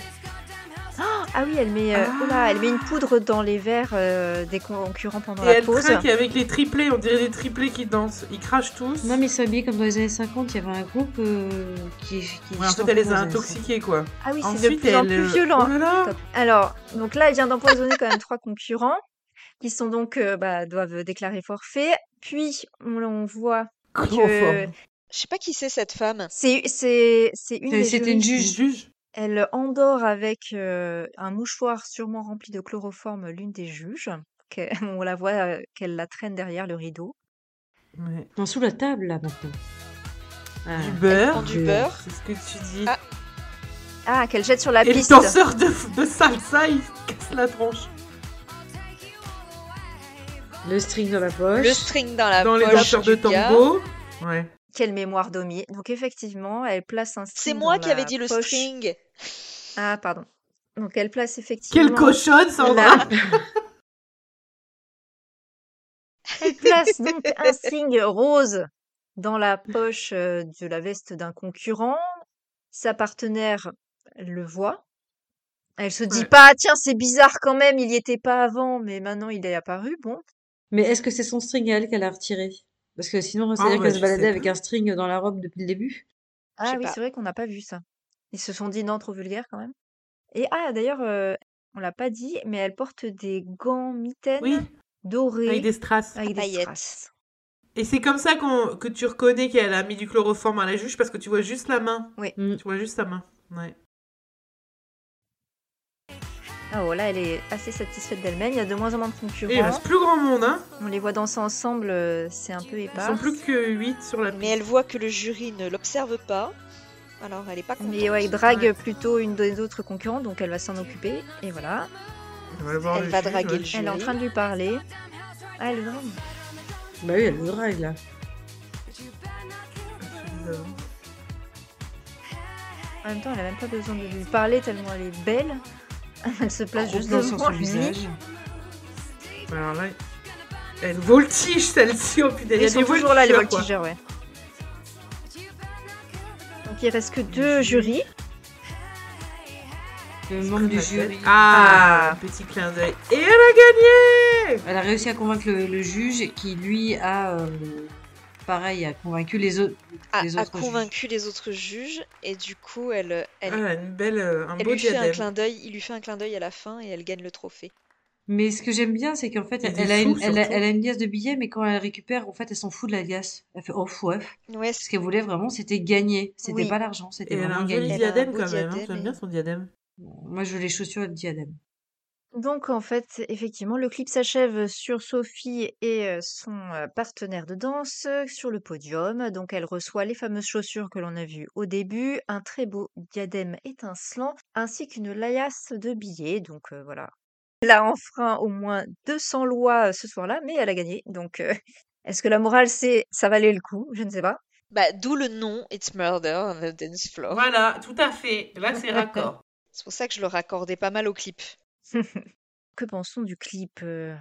Ah oui, elle met, euh, oh là, elle met une poudre dans les verres euh, des concurrents pendant Et la elle pause. craque avec les triplés, on dirait des triplés qui dansent. Ils crachent tous. Non, mais ils sont habillés comme dans les années 50, il y avait un groupe euh, qui, qui Ouais, en fait, chantait elle les dans a années 50. intoxiqués, quoi. Ah oui, c'est de Ensuite, plus en elle, plus euh, violent. oh là là. Top. Alors, donc là, elle vient d'empoisonner quand même trois concurrents qui sont donc euh, bah, doivent déclarer forfait. Puis on, on voit Trop Que- fort. Je sais pas qui c'est cette femme. c'est c'est c'est une C'est- des C'était une juristes. Les juge. juges. Elle endort avec euh, un mouchoir sûrement rempli de chloroforme l'une des juges. Que- On la voit euh, qu'elle la traîne derrière le rideau. Ouais. Non, sous la table, là, maintenant. Ah. Du Elle beurre. prend du beurre. C'est ce que tu dis. Ah, Ah, qu'elle jette sur la Et le piste. danseur de, de salsa, il se casse la tronche. Le string dans la poche. Le string dans la Dans les poche danseurs de du gars. tango. Ouais. Quelle mémoire d'Omi. Donc effectivement, elle place un C'est string moi dans qui avais la dit le poche. string. Ah, pardon. Donc elle place effectivement. Quelle cochonne, Sandra la- Elle place donc un string rose dans la poche euh, de la veste d'un concurrent. Sa partenaire le voit. Elle se dit Ouais. pas, Ah, tiens, c'est bizarre quand même, il y était pas avant, mais maintenant il est apparu. Bon, Mais est-ce que c'est son string à elle qu'elle a retiré Parce que sinon, Ah, c'est-à-dire bah, qu'elle je se sais baladait avec pas. un string dans la robe depuis le début. Je Ah sais oui, pas. c'est vrai qu'on n'a pas vu ça. Ils se sont dit non, trop vulgaire quand même. Et ah, d'ailleurs, euh, on l'a pas dit, mais elle porte des gants mitaines Oui, dorés avec des strass. avec des paillettes. strass. Et c'est comme ça qu'on que tu reconnais qu'elle a mis du chloroforme à la juge parce que tu vois juste la main. Oui. Mm. Tu vois juste sa main. Ouais. Ah oh, là, elle est assez satisfaite d'elle-même. Il y a de moins en moins de Et il concurrents. reste plus grand monde, hein. On les voit danser ensemble, euh, c'est un peu Ils épars. sont plus que 8 sur la Bah. Mais elle voit que le jury ne l'observe pas. Alors elle est pas contente. Mais ouais, elle drague plutôt une des autres concurrentes, donc elle va s'en occuper. Et voilà. On va voir Elle le va juge, draguer ouais. le juge. Elle est en Jury. train de lui parler. Ah, elle le drague. Bah oui, elle le drague, là. En même temps, elle a même pas besoin de lui parler tellement elle est belle. Elle se place Ah, juste Gros plan sur devant son lui. visage. Bah, Alors là, elle voltige celle-ci. Oh putain, il y a Ils des sont toujours là, les voltigeurs, voltigeurs, quoi. ouais. Donc il reste que deux jurys. Le membre du jury. Ah, petit clin d'œil. Et elle a gagné Elle a réussi à convaincre le, le juge qui, lui, a euh, pareil, a convaincu les autres. a, les a autres convaincu les autres juges et du coup elle, elle, Ah, une belle, euh, un elle beau lui fait un diadème. clin d'œil, il lui fait un clin d'œil à la fin et elle gagne le trophée. Mais ce que j'aime bien, c'est qu'en fait, Et des elle a, sous, une, elle, a, surtout. elle a une liasse de billets, mais quand elle récupère, en fait, elle s'en fout de la liasse. Elle fait off, off. Ouais, Ce qu'elle voulait vraiment, c'était gagner. C'était Oui. pas l'argent, c'était Et elle a vraiment un joli gagner. Elle a un diadème beau quand même. hein. diadème J'aime et- bien son diadème. Moi, je veux les chaussures et le diadème. Donc en fait, effectivement, le clip s'achève sur Sophie et euh, son euh, partenaire de danse euh, sur le podium. Donc elle reçoit les fameuses chaussures que l'on a vues au début, un très beau diadème étincelant, ainsi qu'une laillasse de billets. Donc euh, voilà. Elle a enfreint au moins 200 lois euh, ce soir-là, mais elle a gagné. Donc euh, est-ce que la morale, c'est ça valait le coup Je ne sais pas. bah d'où le nom It's Murder on the Dance Floor. Voilà, tout à fait. Là, c'est raccord. C'est pour ça que je le raccordais pas mal au clip. que pensons du clip euh,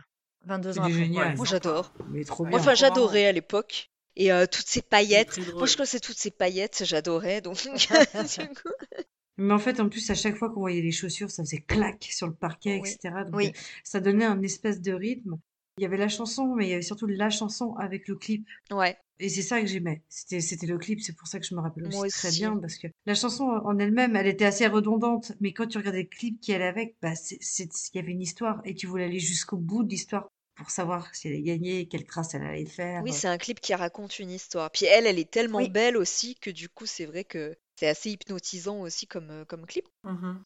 22 C'est ans du après génial. Moi j'adore. Mais trop Ouais. Moi bien. enfin Vraiment. j'adorais à l'époque et euh, toutes ces paillettes. Très drôle. Moi je connaissais toutes ces paillettes, j'adorais donc. du coup. Mais en fait, en plus, à chaque fois qu'on voyait les chaussures, ça faisait clac sur le parquet, Oui. etc. Donc, Oui. euh, ça donnait un espèce de rythme. Il y avait la chanson, mais il y avait surtout la chanson avec le clip. Ouais. Et c'est ça que j'aimais. C'était, c'était le clip, c'est pour ça que je me rappelle aussi, Moi très aussi. bien, parce que la chanson en elle-même, elle était assez redondante, mais quand tu regardais le clip qui allait avec, bah, c'est, c'est- il y avait une histoire, et tu voulais aller jusqu'au bout de l'histoire pour savoir si elle allait gagner, quelle trace elle allait faire. Oui, c'est un clip qui raconte une histoire. Puis elle, elle est tellement Oui. belle aussi que du coup c'est vrai que c'est assez hypnotisant aussi comme euh, comme clip. Mhm.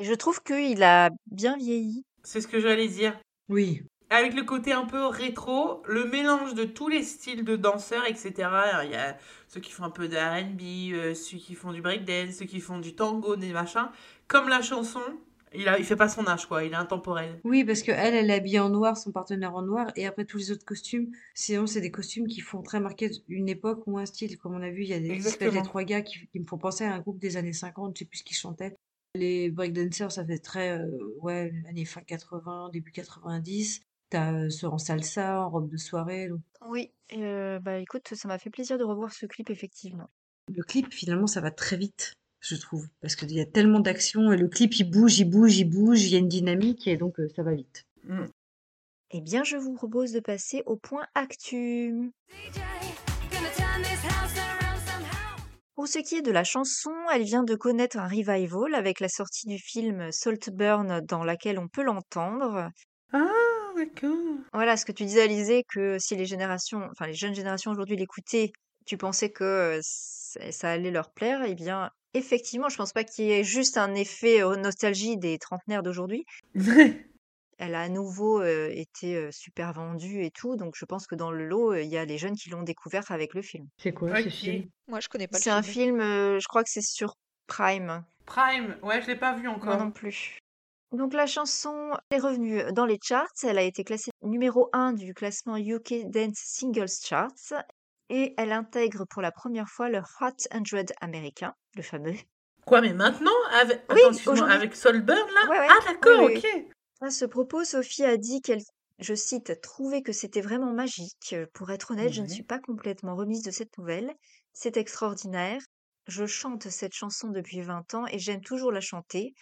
Et je trouve qu'il a bien vieilli. C'est ce que j'allais dire. Oui. Avec le côté un peu rétro, le mélange de tous les styles de danseurs, etc. Alors, Il y a ceux qui font un peu de R&B, euh, ceux qui font du breakdance, ceux qui font du tango, des machins. Comme la chanson, il, a, il fait pas son âge, quoi. Il est intemporel. Oui, parce que elle, elle est habillée en noir, son partenaire en noir, et après tous les autres costumes, sinon c'est des costumes qui font très marquer une époque ou un style. Comme on a vu, il y a des, il s'appelle les Exactement. trois gars qui, qui me font penser à un groupe des années 50, je sais plus ce qu'ils chantaient. Les breakdancers, ça fait très, euh, ouais, années fin 80, début 90. T'as euh, ceux en salsa, en robe de soirée. donc. Oui, euh, bah écoute, ça m'a fait plaisir de revoir ce clip effectivement. Le clip, finalement, ça va très vite, je trouve, parce qu'il y a tellement d'action, et le clip, il bouge, il bouge, il bouge, il y a une dynamique, et donc euh, ça va vite. Mm. Eh bien, je vous propose de passer au point actu. Pour ce qui est de la chanson, elle vient de connaître un revival avec la sortie du film Saltburn dans laquelle on peut l'entendre. Ah, d'accord. Voilà ce que tu disais, Alizé, que si les générations, enfin les jeunes générations aujourd'hui l'écoutaient, tu pensais que euh, c- ça allait leur plaire. Eh bien, effectivement, je pense pas qu'il y ait juste un effet euh, nostalgie des trentenaires d'aujourd'hui. elle a à nouveau euh, été euh, super vendue et tout, donc je pense que dans le lot, euh, il y a les jeunes qui l'ont découverte avec le film. C'est quoi Ok. ce film? Moi je connais pas le C'est un film. film, euh, je crois que c'est sur Prime, Prime, ouais, je l'ai pas vu moi encore. non plus. Donc la chanson est revenue dans les charts, elle a été classée numéro 1 du classement UK Dance Singles Charts, et elle intègre pour la première fois le Hot 100 américain, le fameux. Quoi, mais maintenant Avec, Oui, Attends, excuse-moi, aujourd'hui. avec Solburn, là Ouais, ouais. Ah, d'accord, Oui, oui, ok. À ce propos, Sophie a dit qu'elle, je cite, trouvait que c'était vraiment magique. Euh, Pour être honnête, je ne Ouais. suis pas complètement remise de cette nouvelle. C'est extraordinaire. Je chante cette chanson depuis 20 ans et j'aime toujours la chanter.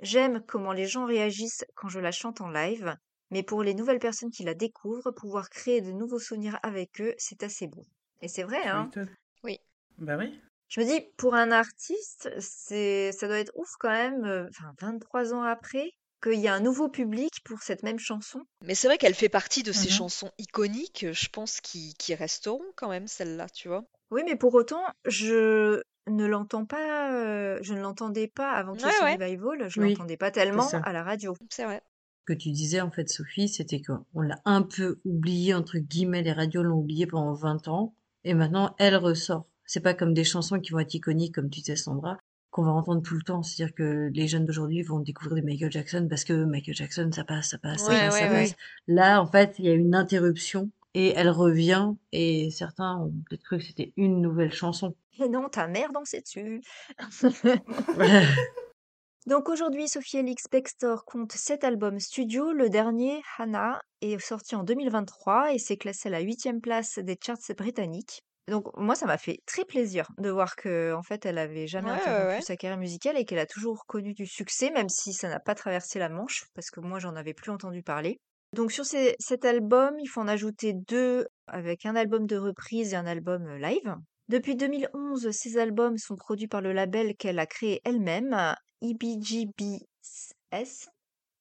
J'aime comment les gens réagissent quand je la chante en live. Mais pour les nouvelles personnes qui la découvrent, pouvoir créer de nouveaux souvenirs avec eux, c'est assez beau. Et c'est vrai, Tu hein. m'étonnes. Oui. Bah oui. Je me dis, pour un artiste, c'est, ça doit être ouf quand même, euh, enfin, 23 ans après, qu'il y a un nouveau public pour cette même chanson. Mais c'est vrai qu'elle fait partie de ces Mhm. chansons iconiques, euh, je pense, qui, qui resteront quand même, celle-là, tu vois. Oui, mais pour autant, je ne l'entends pas, euh, je ne l'entendais pas avant qu'il y ait Ouais, ce ouais. revival, je Oui, l'entendais pas tellement ça. à la radio. C'est vrai. que tu disais en fait Sophie, c'était qu'on l'a un peu oublié entre guillemets, les radios l'ont oublié pendant 20 ans et maintenant elle ressort. C'est pas comme des chansons qui vont être iconiques comme tu disais Sandra qu'on va entendre tout le temps, c'est-à-dire que les jeunes d'aujourd'hui vont découvrir des Michael Jackson parce que Michael Jackson ça passe, ça passe, ça Ouais, passe, ça ouais, passe. Là en fait, il y a une interruption et elle revient et certains ont peut-être cru que c'était une nouvelle chanson. Et non, ta mère dansait dessus. Donc aujourd'hui, Sophie Elix Bextor compte 7 albums studio. Le dernier, Hannah, est sorti en 2023 et s'est classé à la 8 place des charts britanniques. Donc moi, ça m'a fait très plaisir de voir que en fait, elle avait jamais Ouais, ouais, interrompu ouais. sa carrière musicale et qu'elle a toujours connu du succès, même si ça n'a pas traversé la Manche, parce que moi, j'en avais plus entendu parler. Donc sur ces- cet album, il faut en ajouter deux avec un album de reprise et un album euh, live. Depuis 2011, ces albums sont produits par le label qu'elle a créé elle-même, IBGBS,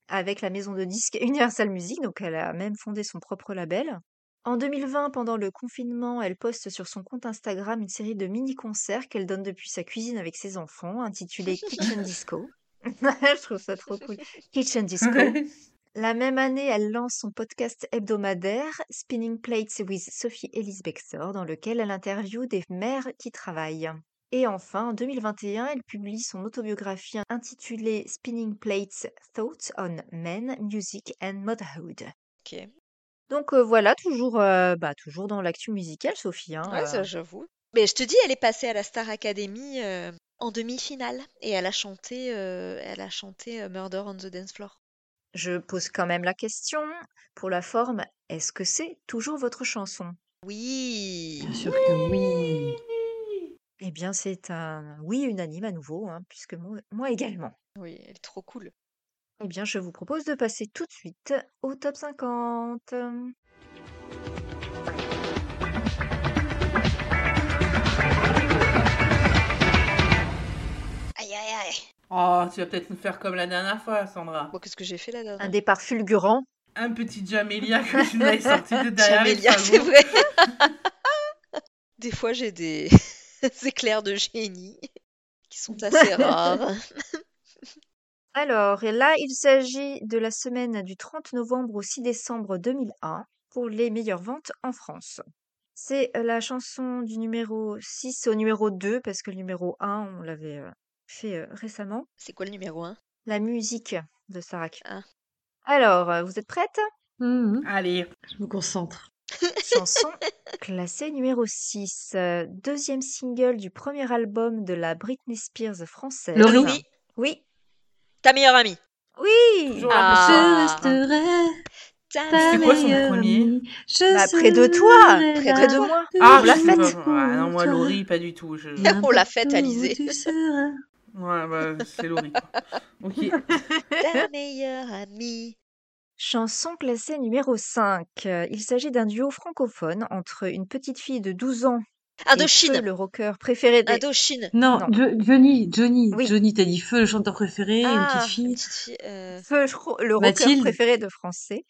avec la maison de disques Universal Music, donc elle a même fondé son propre label. En 2020, pendant le confinement, elle poste sur son compte Instagram une série de mini-concerts qu'elle donne depuis sa cuisine avec ses enfants, intitulée Kitchen Disco. Je trouve ça trop cool. Kitchen Disco. La même année, elle lance son podcast hebdomadaire Spinning Plates with Sophie Ellis Bextor, dans lequel elle interviewe des mères qui travaillent. Et enfin, en 2021, elle publie son autobiographie intitulée Spinning Plates Thoughts on Men, Music and Motherhood. Ok. Donc euh, voilà, toujours, euh, bah, toujours dans l'actu musicale, Sophie. hein, Ouais, ça euh, j'avoue. Mais je te dis, elle est passée à la Star Academy euh, en demi-finale et elle a chanté, euh, elle a chanté euh, Murder on the Dance Floor. je pose quand même la question, pour la forme, est-ce que c'est toujours votre chanson Oui. Bien sûr que oui. Eh bien, c'est un oui unanime à nouveau, hein, puisque moi- moi également. Oui, elle est trop cool. Eh bien, je vous propose de passer tout de suite au top 50. Aïe aïe aïe. Oh, tu vas peut-être nous faire comme la dernière fois, Sandra. Bon, qu'est-ce que j'ai fait là Un dernière départ fulgurant. Un petit Jamelia que tu nous as sorti de derrière les Jamelia, hein, c'est fagots. vrai. des fois, j'ai des éclairs de génie qui sont assez rares. Alors, et là, il s'agit de la semaine du 30 novembre au 6 décembre 2001 pour les meilleures ventes en France. C'est euh, la chanson du numéro 6 au numéro 2, parce que le numéro 1, on l'avait euh, fait euh, récemment. C'est quoi le numéro 1 La musique de Sarac. Ah. Alors, euh, vous êtes prête Mm-hmm. Mhm. Allez, Je me concentre. Chanson classée numéro 6, euh, deuxième single du premier album de la Britney Spears française. Laurie Oui, Oui. ta meilleure amie. Oui. toujours Ah. Je resterai Ta ta C'est meilleure- quoi son meilleure premier amie. Je Bah, près de toi, serai près là de moi. Ah, On l'a je- faite. Ah, non, moi, Laurie, pas du tout. Je... Non. On l'a faite, Alizée. Alizée. Tu seras. Ouais, bah, c'est Laurie. quoi. Ok. Ta meilleure amie. Chanson classée numéro 5. Il s'agit d'un duo francophone entre une petite fille de 12 ans et Feu, Ah, Indochine. le rocker préféré des... Indochine. Non, Non. Jo- Johnny, Johnny, Oui. Johnny, t'as dit feu, le chanteur préféré, une Ah, petite fille. une petite fille, euh, Feu, je crois, le rocker Mathilde. préféré de français.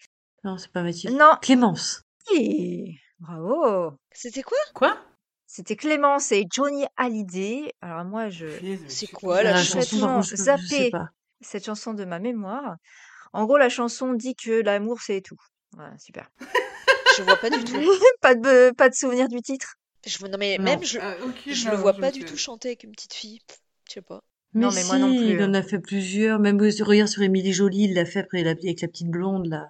Non, c'est pas Mathilde. Non. Clémence. Et- Bravo. C'était quoi Quoi C'était Clémence et Johnny Hallyday. Alors moi, je... C'est Oh, quoi, la Euh, Ah, chanson par contre, je, je zappé. sais pas. cette chanson de ma mémoire. En gros, la chanson dit que l'amour, c'est tout. Voilà, super. Je vois pas du tout. Pas de, be- pas de souvenir du titre. Je me- non mais Non. même je, Ah, ok, je non, le vois je pas me du souviens. tout chanter avec une petite fille. Pff, Je sais pas. Non, mais mais moi non si, plus, Il hein. en a fait plusieurs. Même euh, regarde sur Émilie Jolie, il l'a fait après la- avec la petite blonde là.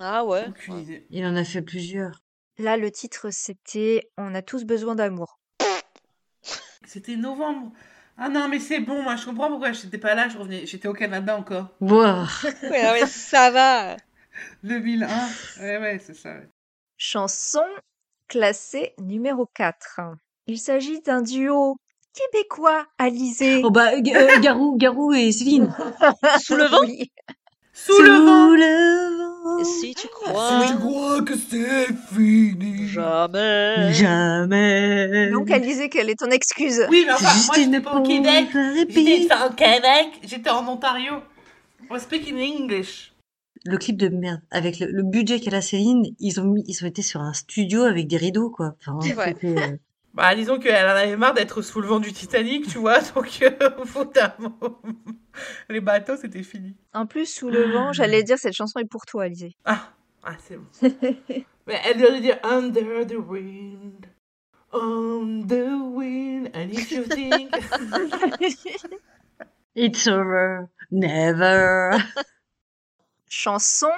Ah ouais. Aucune ouais. idée. Il en a fait plusieurs. Là, le titre, c'était On a tous besoin d'amour. C'était novembre. Ah non, mais c'est bon, moi, je comprends pourquoi j'étais pas là, je revenais. J'étais au Canada encore. Boah. Ouais, non, mais ça va. 2001. Ouais, ouais, c'est ça. ouais. Chanson classée numéro 4. Il s'agit d'un duo québécois, Alizé. Oh bah, G- euh, Garou, Garou et Céline. Sous le vent. Oui. Sous le vent le vent. Si tu crois. Si tu crois que c'est fini. Jamais. Jamais. Donc, Alizé, quelle est ton excuse Oui, mais enfin, moi, Juste j'étais une pas au Québec. pompe à J'étais répit. au Québec, j'étais en Ontario. We're speaking English. Le clip de merde, avec le, le budget qu'elle a Céline, ils ont mis, ils ont été sur un studio avec des rideaux quoi. Enfin, C'est vrai. c'était, euh, Bah, disons qu'elle en avait marre d'être sous le vent du Titanic, tu vois, donc euh, au bout d'un moment, les bateaux, c'était fini. En plus, Sous Ah. le vent, j'allais dire cette chanson est pour toi, Alizé. Ah, ah c'est bon. mais elle devait dire Under the wind, on the wind, and if you think... It's over, never. Chanson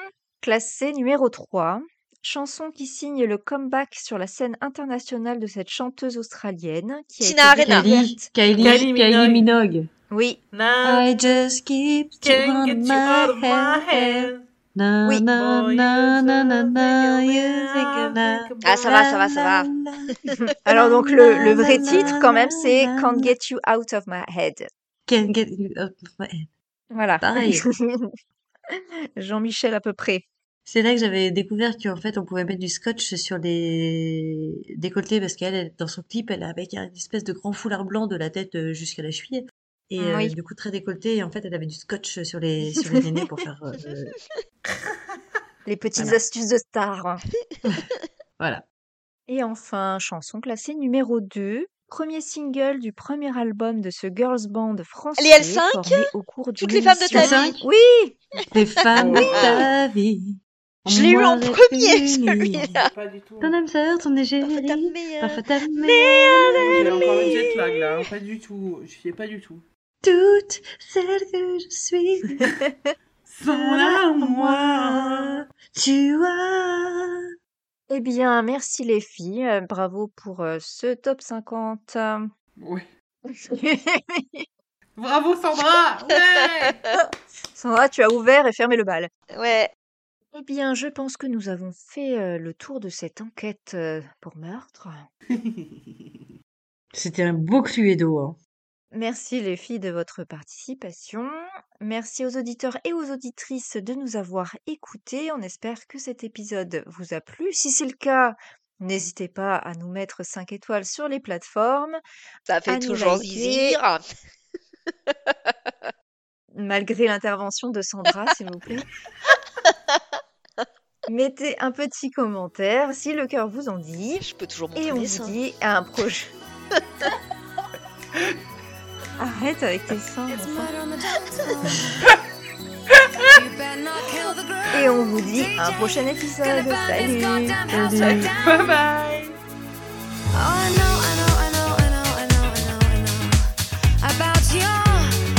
classée numéro 3. Chanson qui signe le comeback sur la scène internationale de cette chanteuse australienne qui a Tina été Arena. découverte- Kylie, Kylie, Kylie Kylie, Minogue. Minogue. Oui, Now, I just keep you can't get on you out of my my head. head. Na, Oui. na, Boy, na, you na, na, don't na, think you you're think real, you're not. think Ah, ça va, ça va, ça va. Na, na, na. alors donc le, le vrai titre quand même c'est Can't Get You Out of My Head. Can't get oh, you out of my head. Voilà. Pareil. Jean-Michel à peu près. C'est là que j'avais découvert qu'en fait, on pouvait mettre du scotch sur les décolletés parce qu'elle, elle, dans son clip, elle avait une espèce de grand foulard blanc de la tête euh, jusqu'à la cheville. Et euh, Oui. du coup, très décolleté. Et en fait, elle avait du scotch sur les, sur les nénés pour faire. euh, Les petites Voilà. astuces de star. voilà. Et enfin, chanson classée numéro 2. Premier single du premier album de ce girls band français. Les L5? formé au cours Toutes les femmes de l'émission- ta vie? Oui Les femmes Oui. de ta vie. Je l'ai eu en Moins d'être premier, unie. celui-là. Pas du tout. Ton âme sœur, ton Parfois ta égérie. meilleure. Parfois ta J'ai mère. encore le jet lag là, hein, pas du tout. Je sais pas du tout. Toutes celles que je suis. Sont là, moi. Tu as. Eh bien, merci les filles. Euh, Bravo pour euh, ce top 50. Euh, Oui. Bravo Sandra Ouais Sandra, tu as ouvert et fermé le bal. Ouais. Eh bien, je pense que nous avons fait euh, le tour de cette enquête euh, pour meurtre. C'était un beau cluedo. Hein. Merci les filles de votre participation. Merci aux auditeurs et aux auditrices de nous avoir écoutés. On espère que cet épisode vous a plu. Si c'est le cas, n'hésitez pas à nous mettre 5 étoiles sur les plateformes. Ça fait Annie toujours Liker. zizir. malgré l'intervention de Sandra, s'il vous plaît. Mettez un petit commentaire si le cœur vous en dit. Je peux toujours Et montrer on mes vous seins. dit à un prochain. Arrête avec tes seins. mon sang. Et on vous dit à un prochain épisode. Salut Salut. Bye bye Oh,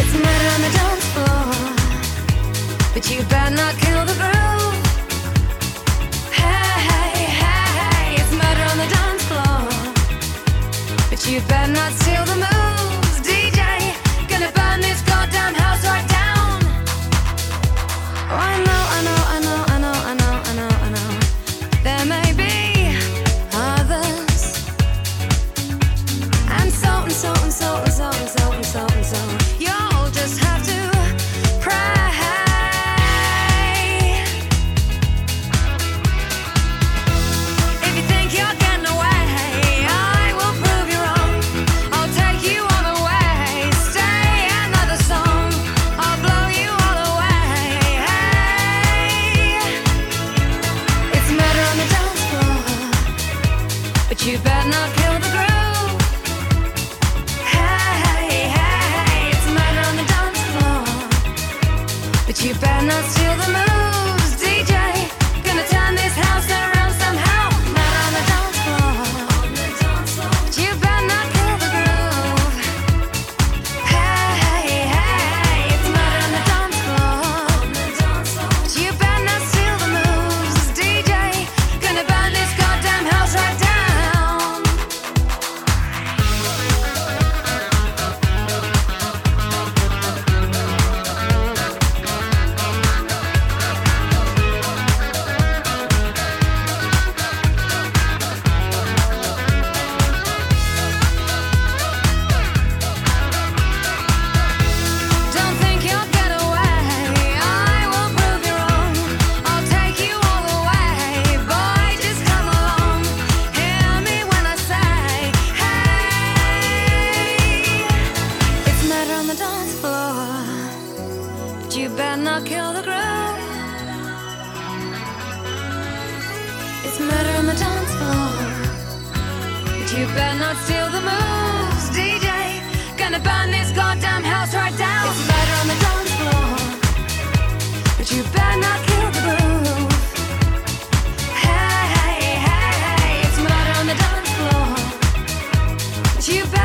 It's murder on the dance floor. But you better not kill the groove. Hey, hey, hey, it's murder on the dance floor. But you better not steal the moves, DJ. Gonna burn this goddamn house right down. Oh, I know, I know, I know, I know, I know, I know, I know. There may be others. And so and so and so and so and so and so and so. You'll just have to pray. If you think you're getting away, I will prove you wrong. I'll take you all the way. Stay another song. I'll blow you all away. Hey, it's murder on the dance floor, but you better not kill the groove. Hey, hey, it's murder on the dance floor. But you better not steal the moves, DJ. Gonna turn this house around somehow. Murder on the dance floor. But you better not kill the groove. Hey, hey, it's murder on the dance floor. But you better not steal the moves, DJ. Gonna burn this goddamn house right down. Don't think you'll get away. I will prove you wrong. I'll take you all away, boy. Just come along. Hear me when I say, hey. It's murder on the dance floor, but you better not kill the groove. It's murder on the dance floor. But you better not steal the moves, DJ. Gonna burn this goddamn house right down. It's murder on the dance floor. But you better not kill the groove. Hey, hey, hey, it's murder on the dance floor. But you better